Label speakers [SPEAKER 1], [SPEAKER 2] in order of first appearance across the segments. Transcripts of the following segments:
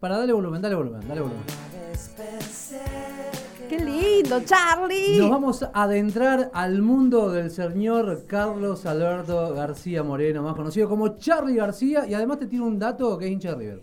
[SPEAKER 1] Para, dale volumen, dale volumen, dale volumen.
[SPEAKER 2] ¡Qué lindo, Charlie!
[SPEAKER 1] Nos vamos a adentrar al mundo del señor Carlos Alberto García Moreno, más conocido como Charlie García, y además te tiene un dato que es hincha de River.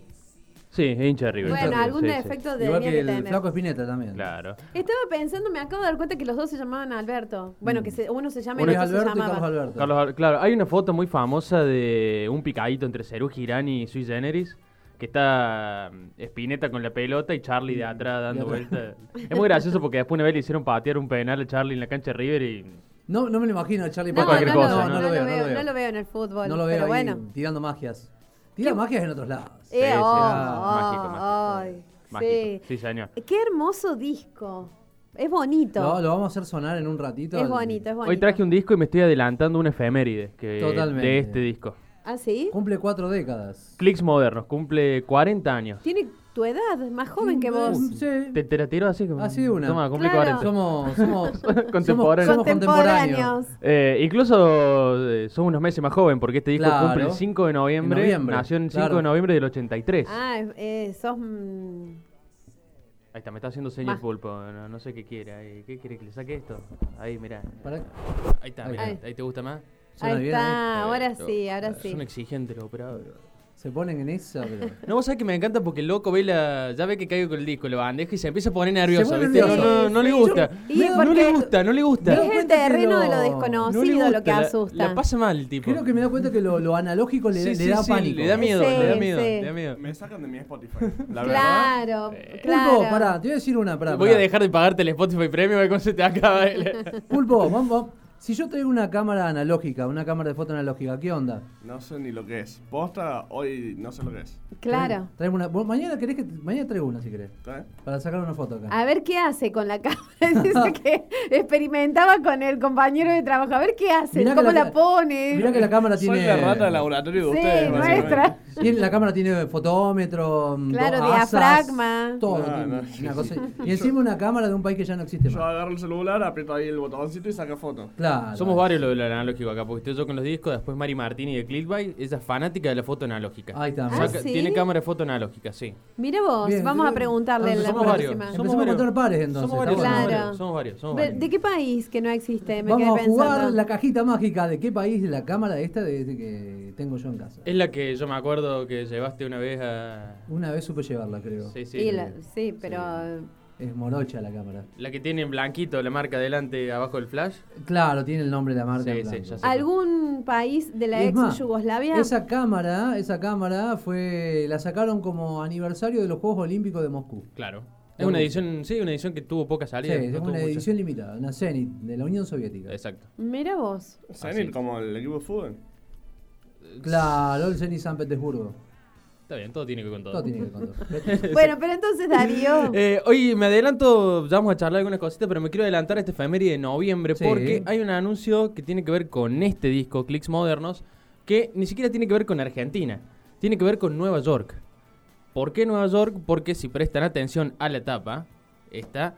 [SPEAKER 3] Sí, es hincha de River.
[SPEAKER 2] Bueno,
[SPEAKER 3] Charlie,
[SPEAKER 2] algún
[SPEAKER 3] sí, sí.
[SPEAKER 2] defecto de
[SPEAKER 1] Igual que el
[SPEAKER 2] tener.
[SPEAKER 1] flaco Espineta también.
[SPEAKER 3] Claro.
[SPEAKER 2] Estaba pensando, me acabo de dar cuenta que los dos se llamaban Alberto. Bueno, que se- uno se llama y
[SPEAKER 1] Mm. Uno
[SPEAKER 2] el
[SPEAKER 1] es
[SPEAKER 2] otro
[SPEAKER 1] Alberto
[SPEAKER 2] se
[SPEAKER 1] y Carlos
[SPEAKER 2] llamaba.
[SPEAKER 1] Alberto.
[SPEAKER 3] Carlos, claro, hay una foto muy famosa de un picadito entre Serú Girán y Sui Generis, que está mm, Spinetta con la pelota y Charlie de atrás dando
[SPEAKER 1] De
[SPEAKER 3] vueltas. Es muy gracioso porque después una vez le hicieron patear un penal a Charlie en la cancha de River y...
[SPEAKER 1] No, no me lo imagino a Charlie
[SPEAKER 2] No,
[SPEAKER 3] Por
[SPEAKER 1] Parker.
[SPEAKER 3] cualquier
[SPEAKER 2] no,
[SPEAKER 3] cosa,
[SPEAKER 2] no,
[SPEAKER 3] ¿no?
[SPEAKER 2] no lo veo, no lo veo en el fútbol.
[SPEAKER 1] No lo veo
[SPEAKER 2] pero
[SPEAKER 1] ahí
[SPEAKER 2] bueno.
[SPEAKER 1] tirando magias. Tira magias en otros lados.
[SPEAKER 3] Sí,
[SPEAKER 2] Eh,
[SPEAKER 3] sí,
[SPEAKER 2] oh,
[SPEAKER 1] ah,
[SPEAKER 3] mágico, mágico.
[SPEAKER 2] ay,
[SPEAKER 3] Mágico,
[SPEAKER 2] sí.
[SPEAKER 3] sí, señor.
[SPEAKER 2] Qué hermoso disco. Es bonito.
[SPEAKER 1] Lo, lo vamos a hacer sonar en un ratito.
[SPEAKER 2] es
[SPEAKER 1] al-
[SPEAKER 2] bonito, es bonito.
[SPEAKER 3] Hoy traje un disco y me estoy adelantando una efeméride que
[SPEAKER 1] Totalmente.
[SPEAKER 3] de este disco.
[SPEAKER 2] ¿Ah, sí?
[SPEAKER 1] Cumple cuatro décadas.
[SPEAKER 3] Clicks Modernos, cumple 40 años.
[SPEAKER 2] Tiene tu edad, más joven que vos.
[SPEAKER 1] Mm, Sí.
[SPEAKER 3] Te, te la tiro así. como-
[SPEAKER 1] Así de una.
[SPEAKER 3] Toma, cumple
[SPEAKER 2] Claro.
[SPEAKER 3] 40.
[SPEAKER 1] Somos, somos
[SPEAKER 3] Contemporáneos.
[SPEAKER 1] Somos, somos contemporáneos.
[SPEAKER 3] Eh, incluso eh, son unos meses más joven, porque este disco
[SPEAKER 1] Claro.
[SPEAKER 3] cumple el 5 de noviembre.
[SPEAKER 1] En noviembre,
[SPEAKER 3] Nació el 5
[SPEAKER 1] claro.
[SPEAKER 3] de noviembre del 83.
[SPEAKER 2] Ah, eh, sos. mm,
[SPEAKER 3] Ahí está, me está haciendo señas
[SPEAKER 2] Más.
[SPEAKER 3] pulpo. No, no sé qué quiere. ahí. ¿Qué quiere que le saque esto? Ahí, mirá.
[SPEAKER 1] Para-
[SPEAKER 3] Ahí está,
[SPEAKER 1] Ahí
[SPEAKER 3] mirá.
[SPEAKER 2] está.
[SPEAKER 3] Ahí te gusta más.
[SPEAKER 1] suena
[SPEAKER 2] Ahí
[SPEAKER 1] bien, ¿eh?
[SPEAKER 2] está, ahora
[SPEAKER 3] Pero,
[SPEAKER 2] sí, ahora
[SPEAKER 3] eh,
[SPEAKER 2] sí.
[SPEAKER 3] Son exigentes los operadores.
[SPEAKER 1] Se ponen en esa, pero.
[SPEAKER 3] No, vos sabés que me encanta porque el loco ve la. Ya ve que caigo con el disco, lo bandeja y se empieza a poner nervioso.
[SPEAKER 1] pone
[SPEAKER 3] ¿viste?
[SPEAKER 1] nervioso.
[SPEAKER 3] No, no, no le
[SPEAKER 2] Sí,
[SPEAKER 3] gusta.
[SPEAKER 2] yo- y
[SPEAKER 3] no, no le
[SPEAKER 2] porque-
[SPEAKER 3] gusta, no le gusta.
[SPEAKER 1] Me doy
[SPEAKER 2] Es el
[SPEAKER 1] cuenta que
[SPEAKER 2] terreno
[SPEAKER 1] lo-
[SPEAKER 2] de lo
[SPEAKER 1] no le
[SPEAKER 3] No le
[SPEAKER 2] desconocido
[SPEAKER 3] gusta,
[SPEAKER 2] lo que
[SPEAKER 3] la-
[SPEAKER 2] asusta.
[SPEAKER 3] La pasa mal el tipo.
[SPEAKER 1] Creo que me da cuenta que lo, lo analógico le,
[SPEAKER 3] Sí,
[SPEAKER 1] le
[SPEAKER 3] sí,
[SPEAKER 1] da
[SPEAKER 3] sí,
[SPEAKER 1] pánico.
[SPEAKER 3] Le da miedo,
[SPEAKER 2] Sí,
[SPEAKER 3] le da miedo,
[SPEAKER 2] sí.
[SPEAKER 3] le da miedo.
[SPEAKER 4] Me sacan de mi Spotify. La verdad.
[SPEAKER 2] claro,
[SPEAKER 3] eh,
[SPEAKER 2] claro.
[SPEAKER 1] Pulpo, pará, te voy a decir una, pará.
[SPEAKER 3] Voy a
[SPEAKER 1] pará.
[SPEAKER 3] dejar de pagarte el Spotify Premium, a ver cómo se te acaba. el-
[SPEAKER 1] Pulpo, vamos. Si yo traigo una cámara analógica, una cámara de foto analógica, ¿qué onda?
[SPEAKER 4] No sé ni lo que es. Posta, hoy no sé lo que es.
[SPEAKER 2] Claro.
[SPEAKER 1] Traeme una. vos Mañana querés que. Mañana traigo una si querés.
[SPEAKER 4] ¿Está bien?
[SPEAKER 1] Para sacar una foto acá.
[SPEAKER 2] A ver qué hace con la cámara. Dice que experimentaba con el compañero de trabajo. A ver qué hace,
[SPEAKER 1] Mirá que
[SPEAKER 2] cómo la,
[SPEAKER 1] la-
[SPEAKER 2] pone.
[SPEAKER 1] Mirá que la cámara tiene.
[SPEAKER 4] Soy la rata del laboratorio de
[SPEAKER 2] Sí,
[SPEAKER 4] ustedes. básicamente.
[SPEAKER 2] nuestra.
[SPEAKER 1] Tiene- la cámara tiene fotómetro, mm,
[SPEAKER 2] Claro,
[SPEAKER 1] dos asas,
[SPEAKER 2] diafragma.
[SPEAKER 1] Todo.
[SPEAKER 3] Ah,
[SPEAKER 4] No,
[SPEAKER 1] tiene
[SPEAKER 4] no,
[SPEAKER 1] una
[SPEAKER 4] sí,
[SPEAKER 1] cosa-
[SPEAKER 4] sí.
[SPEAKER 1] Y encima una cámara de un país que ya no existe
[SPEAKER 4] Yo
[SPEAKER 1] más.
[SPEAKER 4] agarro el celular, aprieto ahí el botoncito y saca foto.
[SPEAKER 1] Claro.
[SPEAKER 3] Somos varios lo del analógico acá, porque estoy yo con los discos, después Mari Martini de Clickbait, ella es fanática de la foto analógica.
[SPEAKER 1] Ahí está.
[SPEAKER 2] Ah, sí.
[SPEAKER 3] Tiene cámara de foto analógica, sí.
[SPEAKER 2] Mira vos,
[SPEAKER 1] Bien,
[SPEAKER 2] vamos a
[SPEAKER 1] bien.
[SPEAKER 2] preguntarle
[SPEAKER 1] Entonces
[SPEAKER 2] la
[SPEAKER 3] somos varios,
[SPEAKER 2] próxima.
[SPEAKER 3] somos
[SPEAKER 1] Empecemos a
[SPEAKER 3] varios.
[SPEAKER 1] contar pares entonces.
[SPEAKER 3] somos varios,
[SPEAKER 1] está
[SPEAKER 3] somos
[SPEAKER 1] bueno.
[SPEAKER 2] Claro.
[SPEAKER 3] varios, somos varios, somos
[SPEAKER 2] Pero,
[SPEAKER 3] varios.
[SPEAKER 2] ¿De qué país que no existe? Me
[SPEAKER 1] Vamos a
[SPEAKER 2] quedé
[SPEAKER 1] jugar
[SPEAKER 2] pensando.
[SPEAKER 1] la cajita mágica de qué país la cámara esta de, de que tengo yo en casa.
[SPEAKER 3] Es la que yo me acuerdo que llevaste una vez a...
[SPEAKER 1] Una vez supe llevarla, creo.
[SPEAKER 3] Sí, sí.
[SPEAKER 2] Y
[SPEAKER 3] la...
[SPEAKER 2] la- sí, pero
[SPEAKER 1] Es morocha la cámara.
[SPEAKER 3] que tiene en blanquito la marca delante, abajo del flash.
[SPEAKER 1] Claro, tiene el nombre de la marca.
[SPEAKER 3] Sí,
[SPEAKER 1] en
[SPEAKER 3] sí,
[SPEAKER 1] blanco.
[SPEAKER 3] ya sé.
[SPEAKER 2] ¿algún país de la
[SPEAKER 1] Es
[SPEAKER 2] ex
[SPEAKER 1] más,
[SPEAKER 2] Yugoslavia?
[SPEAKER 1] Esa cámara, esa cámara fue la sacaron como aniversario de los Juegos Olímpicos de Moscú.
[SPEAKER 3] Claro. Es una edición, sí, una edición que tuvo poca
[SPEAKER 1] Sí,
[SPEAKER 3] salida. no
[SPEAKER 1] es
[SPEAKER 3] tuvo
[SPEAKER 1] una
[SPEAKER 3] mucha.
[SPEAKER 1] edición limitada, una Zenit de la Unión Soviética.
[SPEAKER 3] Exacto.
[SPEAKER 2] Mira vos.
[SPEAKER 4] Zenit,
[SPEAKER 3] es.
[SPEAKER 4] como el equipo de fútbol.
[SPEAKER 1] Claro, el Zenit San Petersburgo.
[SPEAKER 3] Está bien, todo tiene que ver con todo.
[SPEAKER 1] Todo tiene que contar.
[SPEAKER 2] Bueno, pero entonces Darío,
[SPEAKER 3] Eh, hoy me adelanto, ya vamos a charlar algunas cositas, pero me quiero adelantar a este efeméride de noviembre
[SPEAKER 1] Sí.
[SPEAKER 3] porque hay un anuncio que tiene que ver con este disco, Clicks Modernos, que ni siquiera tiene que ver con Argentina, tiene que ver con Nueva York. ¿Por qué Nueva York? Porque si prestan atención a la tapa, esta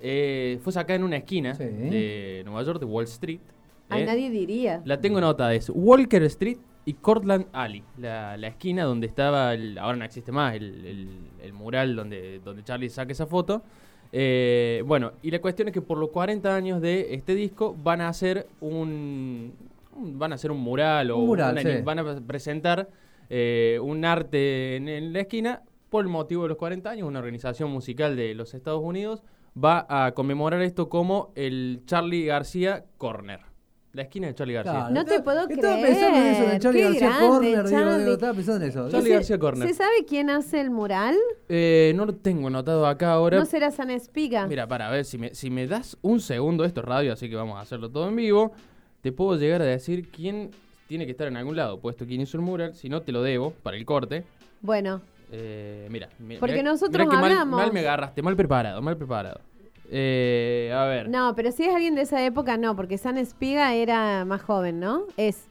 [SPEAKER 3] eh, fue sacada en una esquina
[SPEAKER 1] Sí.
[SPEAKER 3] de Nueva York, de Wall Street.
[SPEAKER 2] a
[SPEAKER 3] eh.
[SPEAKER 2] nadie diría.
[SPEAKER 3] La tengo anotada, es Walker Street y Cortland Alley, la, la esquina donde estaba, el- ahora no existe más, el, el- el mural donde, donde Charlie saca esa foto. Eh, bueno, y la cuestión es que por los 40 años de este disco van a hacer un, un- van a hacer un mural o
[SPEAKER 1] Un mural,
[SPEAKER 3] una-
[SPEAKER 1] sí.
[SPEAKER 3] van a presentar eh, un arte en, en la esquina por el motivo de los 40 años. Una organización musical de los Estados Unidos va a conmemorar esto como el Charlie García Corner, la esquina de Charlie García.
[SPEAKER 1] Claro,
[SPEAKER 2] No te
[SPEAKER 1] estaba-
[SPEAKER 2] puedo
[SPEAKER 1] Estaba pensando en eso, en
[SPEAKER 2] creer.
[SPEAKER 1] el Charlie
[SPEAKER 2] Qué
[SPEAKER 1] García
[SPEAKER 2] grande,
[SPEAKER 1] Corner, digo,
[SPEAKER 2] Charlie.
[SPEAKER 1] digo, estaba pensando en eso.
[SPEAKER 3] Charlie
[SPEAKER 2] ¿Se-
[SPEAKER 3] García Corner.
[SPEAKER 2] ¿Se sabe quién hace el mural?
[SPEAKER 3] Eh, no lo tengo anotado acá ahora.
[SPEAKER 2] ¿No será San Espiga?
[SPEAKER 3] Mira, para ver, si me, si me das un segundo, esto es radio, así que vamos a hacerlo todo en vivo. Te puedo llegar a decir quién tiene que estar en algún lado, puesto quién hizo el mural. Si no, te lo debo para el corte.
[SPEAKER 2] Bueno,
[SPEAKER 3] Eh, mira, mi-
[SPEAKER 2] Porque
[SPEAKER 3] mirá-
[SPEAKER 2] nosotros
[SPEAKER 3] mirá que mal-
[SPEAKER 2] hablamos.
[SPEAKER 3] Mal, me agarraste, mal preparado, mal preparado. Eh, a ver.
[SPEAKER 2] no, pero si es alguien de esa época, no, porque San Espiga era más joven, ¿no? Es,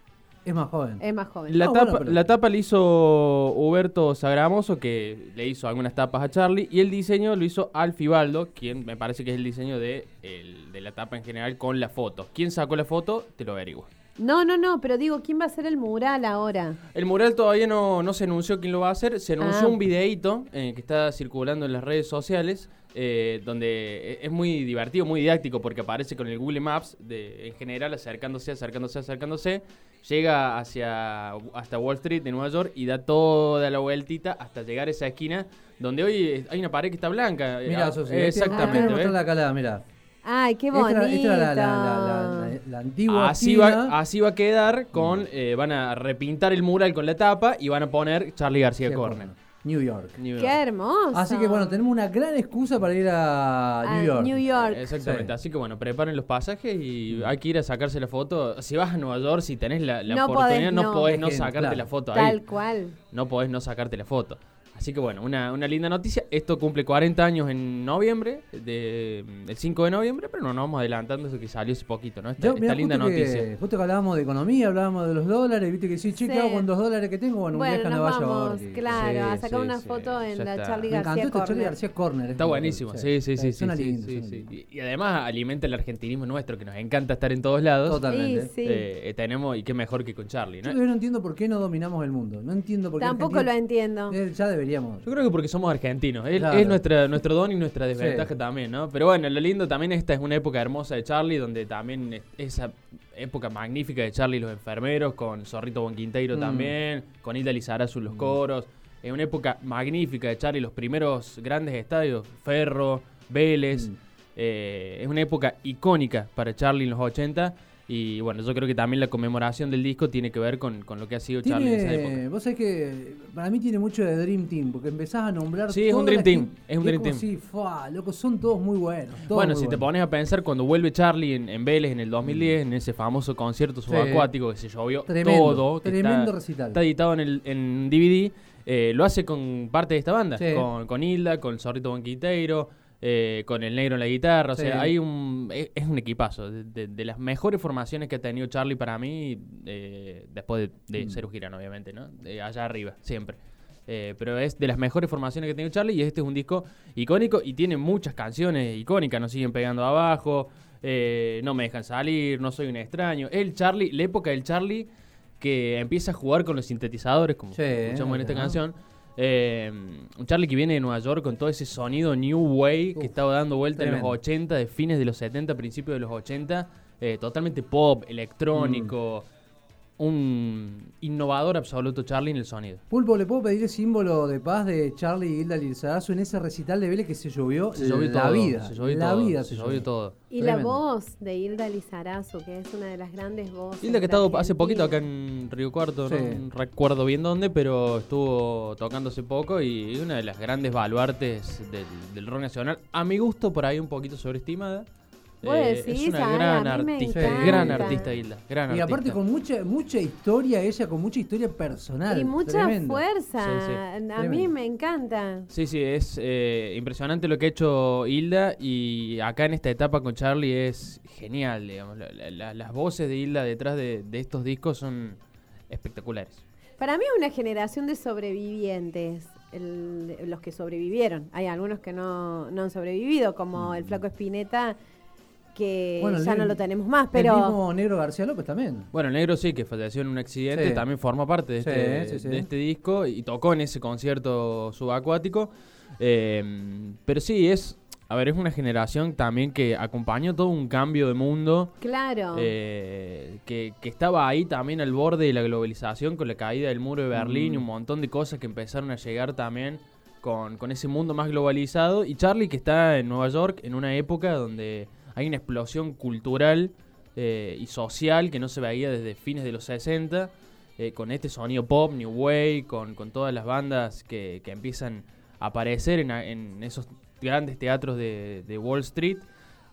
[SPEAKER 1] Es más joven.
[SPEAKER 2] es más joven.
[SPEAKER 3] La,
[SPEAKER 1] No,
[SPEAKER 3] tapa,
[SPEAKER 1] bueno, pero-
[SPEAKER 3] la tapa la hizo Huberto Sagramoso, que le hizo algunas tapas a Charlie, y el diseño lo hizo Alfie Baldo, quien me parece que es el diseño de, el- de la tapa en general con la foto. ¿Quién sacó la foto? Te lo averiguo.
[SPEAKER 2] No, no, no, pero digo, ¿quién va a hacer el mural ahora?
[SPEAKER 3] El mural todavía no, no se anunció quién lo va a hacer. Se anunció
[SPEAKER 2] Ah.
[SPEAKER 3] un videíto eh, que está circulando en las redes sociales, eh, donde e- es muy divertido, muy didáctico, porque aparece con el Google Maps de, en general acercándose, acercándose, acercándose. Llega hacia, hasta Wall Street de Nueva York y da toda la vueltita hasta llegar a esa esquina donde hoy es- hay una pared que está blanca. Eh,
[SPEAKER 1] Mira,
[SPEAKER 3] ah,
[SPEAKER 1] Sofi.
[SPEAKER 3] Exactamente. ¿ves?
[SPEAKER 1] la calada, mira.
[SPEAKER 2] Ay, qué
[SPEAKER 1] Esta
[SPEAKER 2] bonito.
[SPEAKER 1] era, esta era la, la- la- la- la antigua
[SPEAKER 3] Ah, Así
[SPEAKER 1] esquina.
[SPEAKER 3] va, así va a quedar con. eh, van a repintar el mural con la tapa y van a poner Charlie García
[SPEAKER 1] Sí,
[SPEAKER 3] Corner.
[SPEAKER 1] New York.
[SPEAKER 3] New
[SPEAKER 2] Qué
[SPEAKER 3] York.
[SPEAKER 2] hermoso.
[SPEAKER 1] Así que bueno, tenemos una gran excusa para ir a
[SPEAKER 2] Ah,
[SPEAKER 1] New York.
[SPEAKER 2] New York.
[SPEAKER 3] Exactamente,
[SPEAKER 1] Sí.
[SPEAKER 3] así que bueno, preparen los pasajes y hay que ir a sacarse la foto. Si vas a Nueva York, si tenés la, la
[SPEAKER 2] No
[SPEAKER 3] oportunidad,
[SPEAKER 2] podés,
[SPEAKER 3] no,
[SPEAKER 2] no.
[SPEAKER 3] podés
[SPEAKER 1] Es
[SPEAKER 3] no
[SPEAKER 1] que,
[SPEAKER 3] sacarte
[SPEAKER 1] claro.
[SPEAKER 3] la foto ahí.
[SPEAKER 2] Tal cual.
[SPEAKER 3] No podés no sacarte la foto. Así que bueno, una, una linda noticia. Esto cumple 40 años en noviembre, de, el 5 de noviembre, pero no nos vamos adelantando eso que salió hace poquito, ¿no? Esta,
[SPEAKER 1] Yo,
[SPEAKER 3] esta
[SPEAKER 1] mirá,
[SPEAKER 3] linda
[SPEAKER 1] justo que-
[SPEAKER 3] noticia.
[SPEAKER 1] justo que hablábamos de economía, hablábamos de los dólares, viste que sí, che, ¿qué
[SPEAKER 2] Sí.
[SPEAKER 1] hago con los dólares que tengo? Bueno, un viaje a
[SPEAKER 2] Bueno, nos
[SPEAKER 1] Nueva
[SPEAKER 2] vamos,
[SPEAKER 1] York.
[SPEAKER 2] claro,
[SPEAKER 3] Sí,
[SPEAKER 2] a sacar
[SPEAKER 3] sí,
[SPEAKER 2] una
[SPEAKER 3] sí,
[SPEAKER 2] foto en
[SPEAKER 3] ya
[SPEAKER 2] la
[SPEAKER 3] está.
[SPEAKER 2] Charlie
[SPEAKER 1] Me encantó
[SPEAKER 2] García
[SPEAKER 1] este Charlie
[SPEAKER 2] Corner.
[SPEAKER 1] García Corner.
[SPEAKER 3] Está buenísimo, sí, sí, sí. sí,
[SPEAKER 1] Suena
[SPEAKER 3] sí,
[SPEAKER 1] lindo,
[SPEAKER 3] sí,
[SPEAKER 1] suena
[SPEAKER 3] sí.
[SPEAKER 1] lindo.
[SPEAKER 3] Y, y además alimenta el argentinismo nuestro, que nos encanta estar en todos lados.
[SPEAKER 1] Totalmente.
[SPEAKER 2] Sí, sí.
[SPEAKER 3] Eh, eh, tenemos, y qué mejor que con Charlie,
[SPEAKER 1] Yo
[SPEAKER 3] ¿no?
[SPEAKER 1] todavía no entiendo por qué no dominamos el mundo. No entiendo por qué.
[SPEAKER 2] Tampoco lo
[SPEAKER 1] Argentina-
[SPEAKER 2] entiendo.
[SPEAKER 1] Eh, ya deberíamos.
[SPEAKER 3] Yo creo que porque somos argentinos. Es,
[SPEAKER 1] Claro.
[SPEAKER 3] es nuestra, nuestro don y nuestra desventaja
[SPEAKER 1] Sí.
[SPEAKER 3] también, ¿no? Pero bueno, lo lindo también, esta es una época hermosa de Charlie, donde también es- esa época magnífica de Charlie y los enfermeros, con Zorrito Bonquinteiro
[SPEAKER 1] Mm.
[SPEAKER 3] también, con Hilda Lizarazu los coros. Es una época magnífica de Charlie, los primeros grandes estadios, Ferro,
[SPEAKER 1] Mm.
[SPEAKER 3] Vélez. Eh, es una época icónica para Charlie en los 80. Y bueno, yo creo que también la conmemoración del disco tiene que ver con, con lo que ha sido Charlie en esa época.
[SPEAKER 1] Tiene, vos sabés que para mí tiene mucho de Dream Team, porque empezás a nombrar.
[SPEAKER 3] Sí, es un
[SPEAKER 1] toda la
[SPEAKER 3] Dream Team,
[SPEAKER 1] gente
[SPEAKER 3] es un
[SPEAKER 1] que
[SPEAKER 3] Dream
[SPEAKER 1] como
[SPEAKER 3] Team.
[SPEAKER 1] Sí, fa, loco, son todos muy buenos. todos
[SPEAKER 3] Bueno,
[SPEAKER 1] muy
[SPEAKER 3] si te
[SPEAKER 1] buenos.
[SPEAKER 3] pones a pensar, cuando vuelve Charlie en, en Vélez en el 2010, en ese famoso concierto subacuático que se llovió
[SPEAKER 1] Tremendo,
[SPEAKER 3] todo, que
[SPEAKER 1] tremendo
[SPEAKER 3] está,
[SPEAKER 1] recital.
[SPEAKER 3] está editado en, el, en DVD, eh, lo hace con parte de esta banda,
[SPEAKER 1] Sí.
[SPEAKER 3] con, con Hilda, con Zorrito Bonquiteiro, eh, con El Negro en la guitarra,
[SPEAKER 1] Sí.
[SPEAKER 3] o sea, hay un, es, es un equipazo, de, de- de las mejores formaciones que ha tenido Charlie para mí, eh, después de,
[SPEAKER 1] Mm.
[SPEAKER 3] de Serú Girán, obviamente, ¿no? De allá arriba, siempre. Eh, pero es de las mejores formaciones que ha tenido Charlie y este es un disco icónico y tiene muchas canciones icónicas, nos siguen pegando abajo, eh, no me dejan salir, no soy un extraño. El Charlie, la época del Charlie que empieza a jugar con los sintetizadores, como
[SPEAKER 1] Sí,
[SPEAKER 3] escuchamos en este esta
[SPEAKER 1] ¿no?
[SPEAKER 3] canción. Eh, un Charlie que viene de Nueva York con todo ese sonido New Way
[SPEAKER 1] Uf,
[SPEAKER 3] que estaba dando vuelta en
[SPEAKER 1] tremendo.
[SPEAKER 3] los 80, de fines de los 70, principios de los 80, eh, totalmente pop, electrónico,
[SPEAKER 1] Mm.
[SPEAKER 3] un innovador absoluto Charlie en el sonido.
[SPEAKER 1] Pulpo, ¿le puedo pedir el símbolo de paz de Charlie y Hilda Lizarazu en ese recital de Vélez que se llovió
[SPEAKER 3] Se llovió
[SPEAKER 1] la
[SPEAKER 3] todo,
[SPEAKER 1] vida?
[SPEAKER 3] se llovió
[SPEAKER 1] la
[SPEAKER 3] todo,
[SPEAKER 1] vida
[SPEAKER 3] se llovió todo.
[SPEAKER 2] Y la
[SPEAKER 1] Tremendo.
[SPEAKER 2] voz de Hilda Lizarazu, que es una de las grandes voces.
[SPEAKER 3] Hilda que ha
[SPEAKER 2] de
[SPEAKER 3] estado hace poquito acá
[SPEAKER 2] Argentina.
[SPEAKER 3] en Río Cuarto,
[SPEAKER 1] Sí.
[SPEAKER 3] no recuerdo bien dónde, pero estuvo tocando hace poco y es una de las grandes baluartes del, del rock nacional. A mi gusto, por ahí un poquito sobreestimada. Eh,
[SPEAKER 2] ¿Vos
[SPEAKER 3] es
[SPEAKER 2] decís?
[SPEAKER 3] una
[SPEAKER 2] Ah,
[SPEAKER 3] gran
[SPEAKER 2] a mí me
[SPEAKER 3] artista,
[SPEAKER 1] encanta.
[SPEAKER 3] gran artista Hilda, gran
[SPEAKER 1] Y
[SPEAKER 3] artista.
[SPEAKER 1] aparte con mucha mucha historia ella, con mucha historia personal.
[SPEAKER 2] Y mucha
[SPEAKER 1] tremendo.
[SPEAKER 2] fuerza.
[SPEAKER 3] Sí, sí.
[SPEAKER 2] A mí
[SPEAKER 1] Tremendo.
[SPEAKER 2] me encanta.
[SPEAKER 3] Sí, sí, es eh, impresionante lo que ha hecho Hilda y acá en esta etapa con Charlie es genial, digamos. La- la- la- las voces de Hilda detrás de, de estos discos son espectaculares.
[SPEAKER 2] Para mí es una generación de sobrevivientes. el- los que sobrevivieron. Hay algunos que no, no han sobrevivido, como
[SPEAKER 3] Mm.
[SPEAKER 2] el Flaco Espineta, que
[SPEAKER 1] Bueno, el
[SPEAKER 2] ya no
[SPEAKER 1] mismo-
[SPEAKER 2] lo tenemos más,
[SPEAKER 1] El
[SPEAKER 2] pero.
[SPEAKER 1] mismo Negro García López también.
[SPEAKER 3] Bueno, el negro sí, que falleció en un accidente,
[SPEAKER 1] Sí.
[SPEAKER 3] también forma parte de
[SPEAKER 1] Sí,
[SPEAKER 3] este,
[SPEAKER 1] sí, sí.
[SPEAKER 3] de este disco y tocó en ese concierto subacuático. Eh, pero sí, es, a ver, es una generación también que acompañó todo un cambio de mundo.
[SPEAKER 2] Claro.
[SPEAKER 3] eh, que, que estaba ahí también al borde de la globalización con la caída del muro de Berlín y un montón de cosas que empezaron a llegar también con, con ese mundo más globalizado. Y Charlie que está en Nueva York en una época donde hay una explosión cultural eh, y social que no se veía desde fines de los 60, eh, con este sonido pop, New Way, con, con todas las bandas que, que empiezan a aparecer en, a- en esos grandes teatros de, de Wall Street.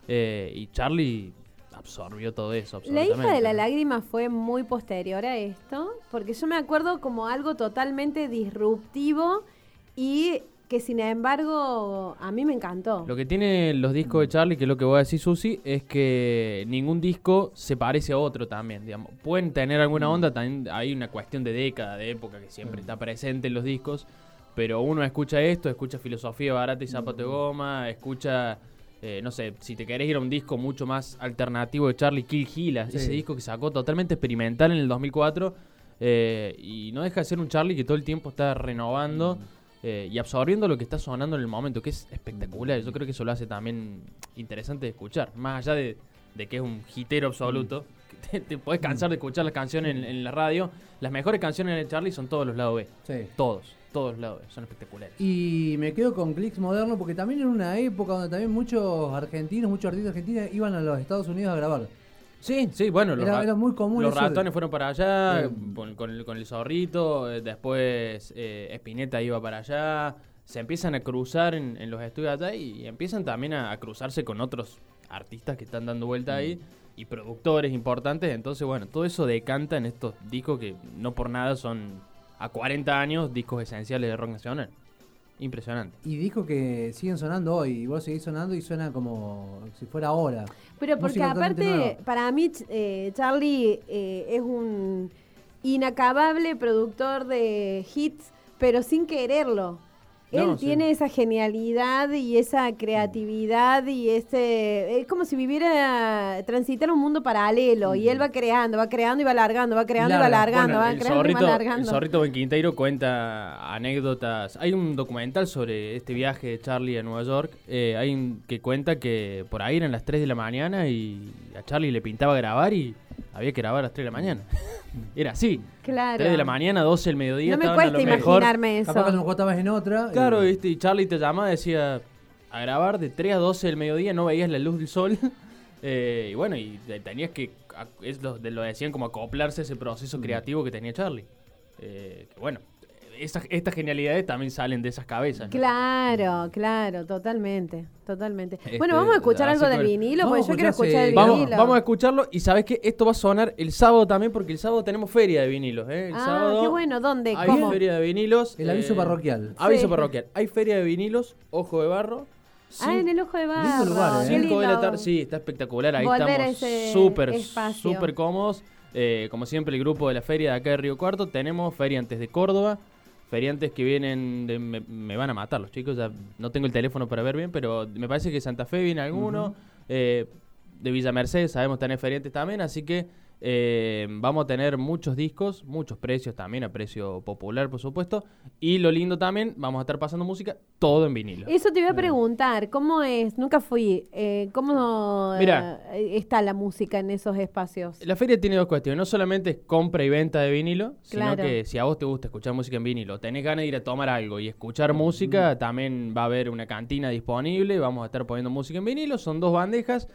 [SPEAKER 3] eh, y Charlie absorbió todo eso.
[SPEAKER 2] La hija de la
[SPEAKER 3] absolutamente.
[SPEAKER 2] lágrima fue muy posterior a esto, porque yo me acuerdo como algo totalmente disruptivo y que sin embargo a mí me encantó.
[SPEAKER 3] Lo que tiene los discos de Charlie, que es lo que voy a decir Susi, es que ningún disco se parece a otro también, digamos. Pueden tener
[SPEAKER 2] Mm.
[SPEAKER 3] alguna onda, también hay una cuestión de década, de época que siempre está presente en los
[SPEAKER 2] Mm.
[SPEAKER 3] discos, pero uno escucha esto, escucha Filosofía Barata y Zapato de Goma, escucha eh, no sé, si te querés ir a un disco mucho más alternativo de Charlie Kill Gila,
[SPEAKER 1] Sí.
[SPEAKER 3] ese disco que sacó totalmente experimental en el 2004, eh, y no deja de ser un Charlie que todo el tiempo está renovando eh, y absorbiendo lo que está sonando en el momento, que es espectacular. Yo creo que eso lo hace también interesante de escuchar, más allá de, de que es un hitero absoluto. que Te, te podés cansar de escuchar las canciones en, en la radio. Las mejores canciones de Charlie son todos los lados B.
[SPEAKER 1] Sí.
[SPEAKER 3] Todos, todos los lados B. Son espectaculares.
[SPEAKER 1] Y me quedo con clics modernos porque también en una época donde también muchos argentinos, muchos artistas argentinos iban a los Estados Unidos a grabar.
[SPEAKER 3] Sí, sí, bueno, los,
[SPEAKER 1] Era-
[SPEAKER 3] ra-
[SPEAKER 1] era muy común
[SPEAKER 3] los
[SPEAKER 1] eso de-
[SPEAKER 3] ratones fueron para allá,
[SPEAKER 1] Sí.
[SPEAKER 3] con, con el, con el zorrito, eh, después eh, Spinetta iba para allá, se empiezan a cruzar en, en los estudios allá y, y empiezan también a, a cruzarse con otros artistas que están dando vuelta
[SPEAKER 1] Mm.
[SPEAKER 3] ahí y productores importantes, entonces bueno, todo eso decanta en estos discos que no por nada son a 40 años discos esenciales de rock nacional. Impresionante.
[SPEAKER 1] Y dijo que siguen sonando hoy, y vos seguís sonando y suena como si fuera ahora.
[SPEAKER 2] Pero porque
[SPEAKER 1] Música totalmente
[SPEAKER 2] aparte,
[SPEAKER 1] nueva.
[SPEAKER 2] para mí, ch- eh, Charlie eh, es un inacabable productor de hits, pero sin quererlo. Él
[SPEAKER 3] No, sí.
[SPEAKER 2] tiene esa genialidad y esa creatividad y ese... Es como si viviera, transitara un mundo paralelo y él va creando, va creando y va alargando, va creando y va
[SPEAKER 1] Larga.
[SPEAKER 2] alargando,
[SPEAKER 3] Bueno,
[SPEAKER 2] va
[SPEAKER 3] el
[SPEAKER 2] creando y va
[SPEAKER 3] zorrito, el
[SPEAKER 2] alargando.
[SPEAKER 3] zorrito Ben Quinteiro cuenta anécdotas. Hay un documental sobre este viaje de Charlie a Nueva York. Eh, hay un que cuenta que por ahí eran las 3 de la mañana y a Charlie le pintaba grabar y había que grabar a las 3 de la mañana. Era así.
[SPEAKER 2] Claro.
[SPEAKER 3] 3 de la mañana, 12 del mediodía.
[SPEAKER 2] no me
[SPEAKER 3] estaban a
[SPEAKER 2] cuesta
[SPEAKER 3] lo mejor-
[SPEAKER 2] imaginarme
[SPEAKER 1] Capaz que a lo
[SPEAKER 2] eso.
[SPEAKER 1] mejor estabas en otra.
[SPEAKER 3] Claro,
[SPEAKER 1] y-
[SPEAKER 3] viste, y Charlie te llamaba, decía, a grabar de 3 a 12 del mediodía no veías la luz del sol. Eh, y bueno, y te- tenías que, a- es lo, de- lo decían como acoplarse a ese
[SPEAKER 1] Mm.
[SPEAKER 3] proceso creativo que tenía Charlie. Eh, que bueno, esas, estas genialidades también salen de esas cabezas. ¿no?
[SPEAKER 2] Claro, claro, totalmente, totalmente.
[SPEAKER 3] Este,
[SPEAKER 2] bueno, vamos a escuchar
[SPEAKER 3] así
[SPEAKER 2] algo del
[SPEAKER 3] con el-
[SPEAKER 2] vinilo,
[SPEAKER 1] Vamos
[SPEAKER 2] porque
[SPEAKER 1] a
[SPEAKER 2] yo quiero
[SPEAKER 1] escuchar,
[SPEAKER 2] escuchar
[SPEAKER 1] sí.
[SPEAKER 2] el
[SPEAKER 3] Vamos,
[SPEAKER 2] vinilo.
[SPEAKER 3] vamos a escucharlo y sabes que esto va a sonar el sábado también porque el sábado tenemos feria de vinilos, ¿eh? El
[SPEAKER 2] ah,
[SPEAKER 3] sábado
[SPEAKER 2] qué bueno, ¿dónde?
[SPEAKER 3] hay
[SPEAKER 2] ¿Cómo?
[SPEAKER 3] feria de vinilos.
[SPEAKER 1] El aviso
[SPEAKER 3] eh,
[SPEAKER 1] parroquial.
[SPEAKER 3] Aviso
[SPEAKER 2] Sí.
[SPEAKER 3] parroquial. Hay feria de vinilos, ojo de barro.
[SPEAKER 2] Ah,
[SPEAKER 3] cinco-
[SPEAKER 2] en el ojo de barro.
[SPEAKER 1] lugar, ¿eh?
[SPEAKER 2] qué
[SPEAKER 3] 5 de la
[SPEAKER 2] lindo.
[SPEAKER 3] tarde, sí, está espectacular. Ahí
[SPEAKER 2] Volver a ese
[SPEAKER 3] estamos súper,
[SPEAKER 2] espacio.
[SPEAKER 3] súper cómodos. Eh, como siempre, el grupo de la feria de acá de Río Cuarto. Tenemos feriantes de Córdoba, feriantes que vienen de. Me, me van a matar los chicos, ya no tengo el teléfono para ver bien, pero me parece que Santa Fe viene alguno. eh, de Villa Mercedes sabemos tener feriantes también, así que eh, vamos a tener muchos discos, muchos precios también, a precio popular, por supuesto. Y lo lindo también, vamos a estar pasando música todo en vinilo.
[SPEAKER 2] Eso te voy a preguntar, ¿cómo es? Nunca fui. eh, ¿Cómo eh,
[SPEAKER 3] Mirá.
[SPEAKER 2] está la música en esos espacios?
[SPEAKER 3] La feria tiene dos cuestiones. No solamente es compra y venta de vinilo,
[SPEAKER 2] Claro.
[SPEAKER 3] sino que si a vos te gusta escuchar música en vinilo, tenés ganas de ir a tomar algo y escuchar música, también va a haber una cantina disponible. Vamos a estar poniendo música en vinilo. Son dos bandejas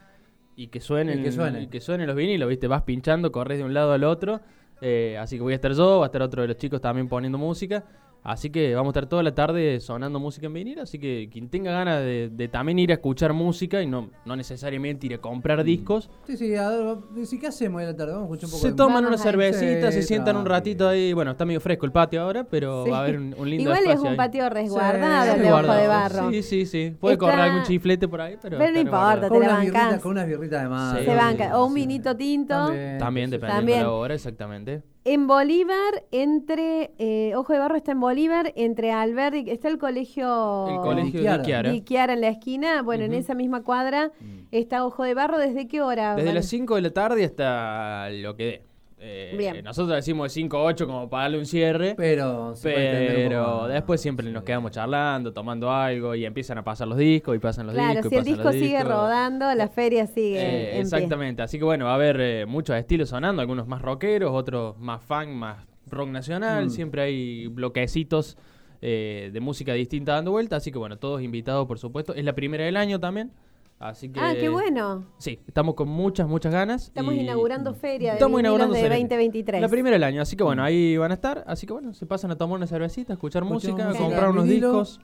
[SPEAKER 3] y que suenen,
[SPEAKER 1] Y que suenen.
[SPEAKER 3] suenen los vinilos, ¿viste? Vas pinchando, corres de un lado al otro. Eh, así que voy a estar yo, va a estar otro de los chicos también poniendo música. Así que vamos a estar toda la tarde sonando música en vinilo. Así que quien tenga ganas de, de también ir a escuchar música y no, no necesariamente ir a
[SPEAKER 1] Mm.
[SPEAKER 3] comprar discos,
[SPEAKER 1] Sí, sí, a ver, decí, ¿qué hacemos hoy a la tarde? Vamos a escuchar un poco
[SPEAKER 3] se
[SPEAKER 1] de...
[SPEAKER 3] toman
[SPEAKER 2] Vamos
[SPEAKER 3] una
[SPEAKER 2] ahí.
[SPEAKER 3] cervecita,
[SPEAKER 1] Sí,
[SPEAKER 3] se sientan un
[SPEAKER 1] tranqui.
[SPEAKER 3] ratito ahí. Bueno, está medio fresco el patio ahora, pero
[SPEAKER 2] Sí.
[SPEAKER 3] va a haber un, un lindo
[SPEAKER 2] Igual es
[SPEAKER 3] espacio
[SPEAKER 2] un
[SPEAKER 3] ahí.
[SPEAKER 2] patio
[SPEAKER 1] Sí,
[SPEAKER 2] resguardado el de ojo
[SPEAKER 3] Guardado.
[SPEAKER 2] de barro.
[SPEAKER 3] Sí, sí, sí. Puede
[SPEAKER 2] Está-
[SPEAKER 3] correr algún chiflete por ahí, pero.
[SPEAKER 2] Pero no
[SPEAKER 3] está
[SPEAKER 2] importa,
[SPEAKER 3] guardado.
[SPEAKER 2] te
[SPEAKER 1] Con
[SPEAKER 2] la
[SPEAKER 1] unas,
[SPEAKER 2] bancás.
[SPEAKER 1] birritas, con unas birritas de madre.
[SPEAKER 3] Sí.
[SPEAKER 2] Se banca. O un
[SPEAKER 1] Sí.
[SPEAKER 2] vinito tinto.
[SPEAKER 3] También dependiendo de la
[SPEAKER 2] También.
[SPEAKER 3] hora, exactamente.
[SPEAKER 2] En Bolívar, entre. eh, ojo de barro está en Bolívar, entre Alberdi. Está el colegio.
[SPEAKER 3] El colegio de
[SPEAKER 1] Diquiara.
[SPEAKER 3] Diquiara.
[SPEAKER 2] Y Kiara en la esquina, bueno, en
[SPEAKER 3] Ujú. Mm.
[SPEAKER 2] esa misma cuadra está Ojo de Barro. ¿Desde qué hora?
[SPEAKER 3] Desde
[SPEAKER 2] Van-
[SPEAKER 3] las 5 de la tarde hasta lo que dé. Eh,
[SPEAKER 2] Bien.
[SPEAKER 3] Nosotros decimos de 5 a 8 como para darle un cierre.
[SPEAKER 1] Pero, se puede entender un poco
[SPEAKER 3] Pero
[SPEAKER 1] más.
[SPEAKER 3] después siempre nos quedamos charlando, tomando algo y empiezan a pasar los discos y pasan los
[SPEAKER 2] Claro,
[SPEAKER 3] discos. y
[SPEAKER 2] si el
[SPEAKER 3] pasan los
[SPEAKER 2] disco sigue
[SPEAKER 3] discos.
[SPEAKER 2] rodando, la feria sigue.
[SPEAKER 3] Eh,
[SPEAKER 2] en pie.
[SPEAKER 3] exactamente, así que bueno, va a haber eh, muchos estilos sonando, algunos más rockeros, otros más funk, más rock nacional,
[SPEAKER 2] Mm.
[SPEAKER 3] siempre hay bloquecitos eh, de música distinta dando vuelta, así que bueno, todos invitados por supuesto, es la primera del año también, así que...
[SPEAKER 2] Ah, qué bueno.
[SPEAKER 3] Sí, estamos con muchas, muchas ganas.
[SPEAKER 2] Estamos
[SPEAKER 3] y-
[SPEAKER 2] inaugurando feria de,
[SPEAKER 3] Estamos inaugurando
[SPEAKER 2] de
[SPEAKER 3] feria.
[SPEAKER 2] 2023.
[SPEAKER 3] La primera del año, así que
[SPEAKER 2] Mm.
[SPEAKER 3] bueno, ahí van a estar, así que bueno, se pasan a tomar una cervecita, a escuchar
[SPEAKER 1] Escuchamos
[SPEAKER 3] música, a
[SPEAKER 1] música,
[SPEAKER 3] comprar unos
[SPEAKER 1] vinilo,
[SPEAKER 3] discos.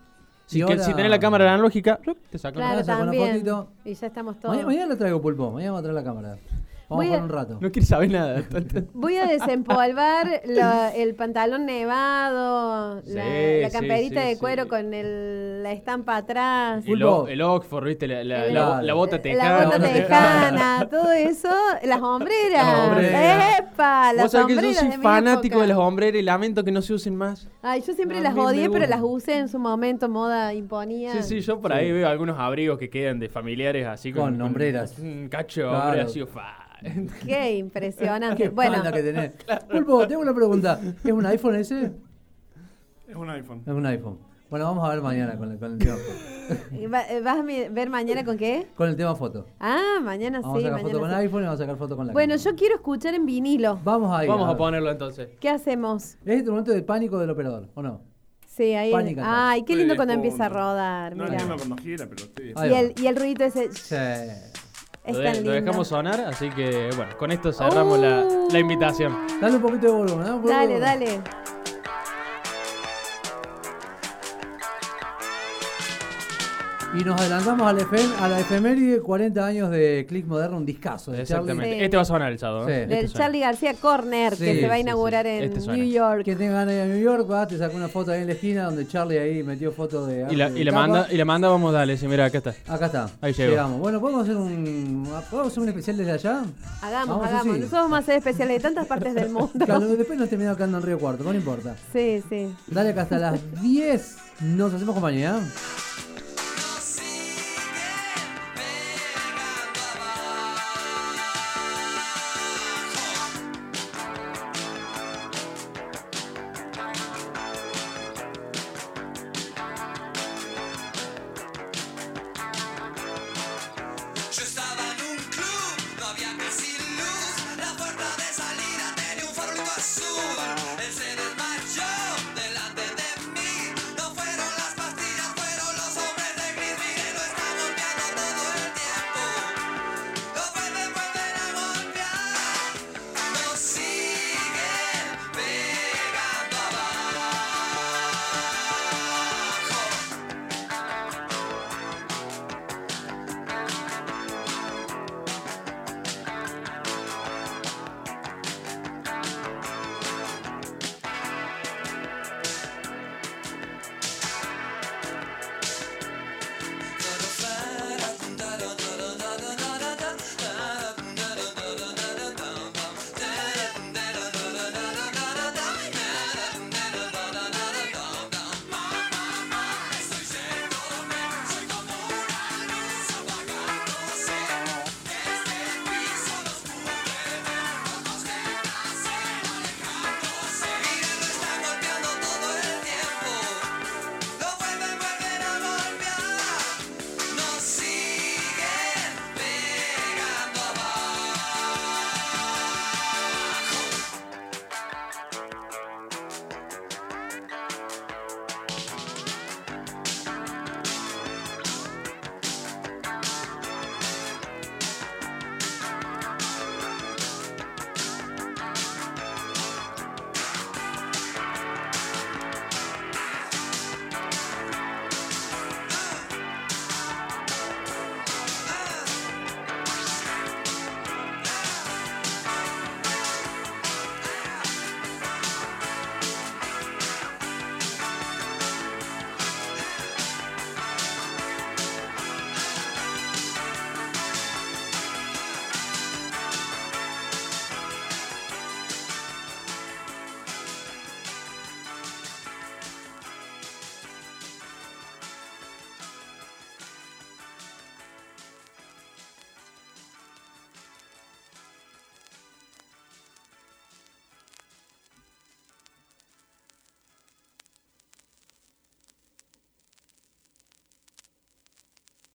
[SPEAKER 3] Si,
[SPEAKER 1] y
[SPEAKER 3] que-
[SPEAKER 1] ahora-
[SPEAKER 3] si tenés la cámara analógica, te sacan
[SPEAKER 2] Claro,
[SPEAKER 1] Con una
[SPEAKER 2] también.
[SPEAKER 1] fotito.
[SPEAKER 2] Y ya estamos todos.
[SPEAKER 1] Mañana, mañana la traigo pulpo, mañana vamos a traer la cámara. Vamos
[SPEAKER 2] Voy
[SPEAKER 1] por
[SPEAKER 2] a-
[SPEAKER 1] un rato.
[SPEAKER 3] No quiere saber nada.
[SPEAKER 2] Voy a desempolvar la- el pantalón nevado,
[SPEAKER 3] Sí,
[SPEAKER 2] la, la
[SPEAKER 3] sí,
[SPEAKER 2] camperita
[SPEAKER 3] sí,
[SPEAKER 2] de
[SPEAKER 3] sí.
[SPEAKER 2] cuero con el- la estampa atrás.
[SPEAKER 1] Y
[SPEAKER 3] el, o- el Oxford, ¿viste? La, la-
[SPEAKER 2] El-
[SPEAKER 3] la- la bota tejana.
[SPEAKER 2] La bota
[SPEAKER 1] bota
[SPEAKER 2] tejana, todo eso. Las hombreras.
[SPEAKER 3] Las hombreras.
[SPEAKER 2] ¡Epa! Las
[SPEAKER 3] Vos sabés que yo
[SPEAKER 2] hombreras
[SPEAKER 3] soy
[SPEAKER 2] de mi
[SPEAKER 3] fanático
[SPEAKER 2] época.
[SPEAKER 3] de las hombreras y lamento que no se usen más.
[SPEAKER 2] Ay, yo siempre
[SPEAKER 3] A
[SPEAKER 2] las
[SPEAKER 3] mí me
[SPEAKER 2] odié, pero
[SPEAKER 3] gusta.
[SPEAKER 2] las usé en su momento, moda imponía.
[SPEAKER 3] Sí, sí, yo por ahí veo algunos abrigos que quedan de familiares así
[SPEAKER 1] Con hombreras.
[SPEAKER 3] Un cacho de
[SPEAKER 1] Claro.
[SPEAKER 3] hombre así. fa.
[SPEAKER 2] Qué impresionante.
[SPEAKER 1] Qué
[SPEAKER 2] bueno,
[SPEAKER 1] espalda que tenés. Pulpo, tengo una pregunta. ¿Es un iPhone ese? Es
[SPEAKER 4] Es un iPhone.
[SPEAKER 1] un iPhone. Bueno, vamos a ver mañana con el, con el tema.
[SPEAKER 2] va- eh, ¿vas a mi- ver mañana con qué?
[SPEAKER 1] Con el tema foto.
[SPEAKER 2] Ah, mañana
[SPEAKER 1] Vamos
[SPEAKER 2] sí,
[SPEAKER 1] a sacar foto con
[SPEAKER 2] mañana sí.
[SPEAKER 1] iPhone y vamos a sacar foto con la
[SPEAKER 2] Bueno,
[SPEAKER 1] cámara.
[SPEAKER 2] yo quiero escuchar en vinilo.
[SPEAKER 1] Vamos a ir.
[SPEAKER 3] Vamos a
[SPEAKER 1] ver.
[SPEAKER 3] ponerlo entonces.
[SPEAKER 2] ¿Qué hacemos?
[SPEAKER 1] Es este momento de pánico del operador, ¿o no?
[SPEAKER 2] Sí, ahí.
[SPEAKER 1] Pánica.
[SPEAKER 2] Ay, qué lindo
[SPEAKER 4] Estoy
[SPEAKER 2] cuando
[SPEAKER 4] dispuesto.
[SPEAKER 2] empieza a rodar.
[SPEAKER 4] No
[SPEAKER 2] mirá.
[SPEAKER 4] entiendo cuando gira, pero estoy
[SPEAKER 1] Ahí
[SPEAKER 2] Y
[SPEAKER 1] va.
[SPEAKER 2] el, y el ruido ese.
[SPEAKER 1] Sí.
[SPEAKER 2] Es
[SPEAKER 3] Lo,
[SPEAKER 2] tan
[SPEAKER 3] de- lo
[SPEAKER 2] lindo.
[SPEAKER 3] dejamos sonar, así que bueno, con esto cerramos la,
[SPEAKER 2] Uh.
[SPEAKER 3] la invitación.
[SPEAKER 1] Dale un poquito de volumen, ¿no? Por
[SPEAKER 2] Dale,
[SPEAKER 1] favor.
[SPEAKER 2] dale.
[SPEAKER 1] Y nos adelantamos al efe- a la efeméride 40 años de Click Moderno, un discazo de Charlie.
[SPEAKER 3] Exactamente.
[SPEAKER 2] Sí.
[SPEAKER 3] Este va a sonar el sábado.
[SPEAKER 1] Sí.
[SPEAKER 3] ¿eh? Este
[SPEAKER 2] Del
[SPEAKER 3] suena.
[SPEAKER 2] Charlie García Corner,
[SPEAKER 1] Sí,
[SPEAKER 2] que se va a
[SPEAKER 3] sí,
[SPEAKER 2] inaugurar
[SPEAKER 3] sí.
[SPEAKER 2] en
[SPEAKER 3] Este suena.
[SPEAKER 2] New York.
[SPEAKER 1] Que tengan ganas de ir a New York, va, te sacó una foto ahí en la esquina donde Charlie ahí metió foto de.
[SPEAKER 3] Y la,
[SPEAKER 1] arte
[SPEAKER 3] y la
[SPEAKER 1] de
[SPEAKER 3] manda,
[SPEAKER 1] capa.
[SPEAKER 3] y la manda, vamos, dale. Sí, mira, acá está.
[SPEAKER 1] Acá está.
[SPEAKER 3] Ahí llegó.
[SPEAKER 1] Llegamos. Bueno, ¿podemos hacer un, ¿podemos hacer un especial desde allá?
[SPEAKER 2] Hagamos,
[SPEAKER 1] Vamos,
[SPEAKER 2] hagamos.
[SPEAKER 1] Susi.
[SPEAKER 2] Nosotros vamos a ser especiales de tantas partes del
[SPEAKER 1] Claro,
[SPEAKER 2] mundo.
[SPEAKER 1] después nos terminamos quedando en Río Cuarto, pero no importa.
[SPEAKER 2] Sí, sí.
[SPEAKER 1] Dale acá hasta las 10 nos hacemos compañía.